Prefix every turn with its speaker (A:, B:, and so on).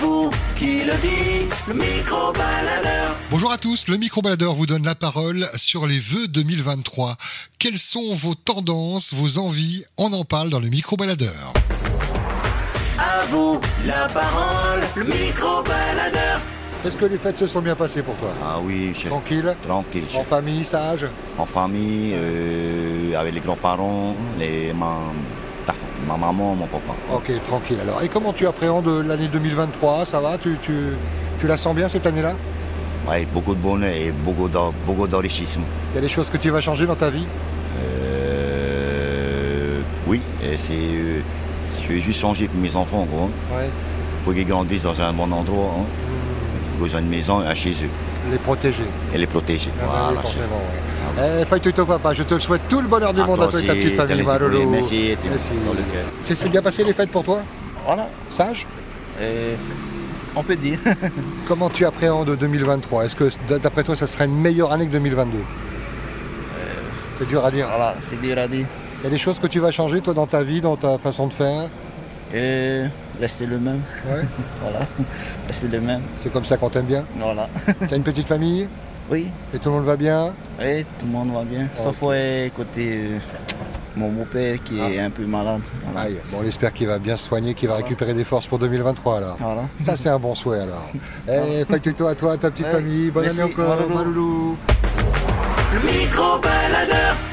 A: vous qui le dites, le micro-baladeur.
B: Bonjour à tous, le micro-baladeur vous donne la parole sur les vœux 2023. Quelles sont vos tendances, vos envies On en parle dans le micro-baladeur.
A: À vous la parole, le micro-baladeur.
B: Est-ce que les fêtes se sont bien passées pour toi
C: Ah oui, chef.
B: Tranquille
C: Tranquille,
B: En
C: chef.
B: famille, sage
C: En famille, euh, avec les grands-parents, les, ma, ta- ma maman, mon papa.
B: Ok, tranquille alors. Et comment tu appréhendes euh, l'année 2023 Ça va tu, tu, tu la sens bien cette année-là
C: Ouais, beaucoup de bonheur et beaucoup d'en- beaucoup d'enrichissement.
B: Il y a des choses que tu vas changer dans ta vie
C: Euh, oui, et c'est, euh, je vais juste changer pour mes enfants, quoi, hein,
B: Ouais.
C: pour qu'ils grandissent dans un bon endroit, hein, pour qu'ils aient une maison à chez eux
B: Les protéger.
C: et les protéger.
B: Hmm. Ah, oui,
C: Voilà, chef.
B: forcément, ouais. Eh, Faites-toi ton papa, je te le souhaite tout le bonheur du
C: Ah,
B: monde à
C: toi
B: toi et ta
C: aussi,
B: petite
C: t'as
B: famille,
C: les
B: Malolo.
C: écoulés, merci, t'es
B: Merci.
C: dans le cœur.
B: C'est c'est bien passé les fêtes pour toi
D: Voilà,
B: Sage
D: euh, on peut dire.
B: Comment tu appréhendes 2023 Est-ce que d- d'après toi, ça serait une meilleure année que 2022
D: Euh,
B: C'est dur à dire.
D: voilà, c'est dur à dire.
B: Il y a des choses que tu vas changer, toi, dans ta vie, dans ta façon de faire
D: Euh, rester le même, voilà. Rester le même,
B: C'est comme ça qu'on t'aime bien.
D: voilà.
B: T'as une petite famille
D: Oui,
B: et tout le monde va bien Oh.
D: et tout le monde va bien. Sauf ouais, côté euh, mon beau-père qui est un peu malade. Voilà.
B: Ah. Aïe, bon, on espère qu'il va bien se soigner, qu'il va récupérer des forces pour 2023 alors.
D: Voilà.
B: Ça, c'est un bon souhait alors. Eh, faites-toi à toi, à ta petite
D: Ouais,
B: famille. Bonne
D: merci,
B: année encore,
D: Maloulou.
B: Maloulou.
A: Le micro-baladeur.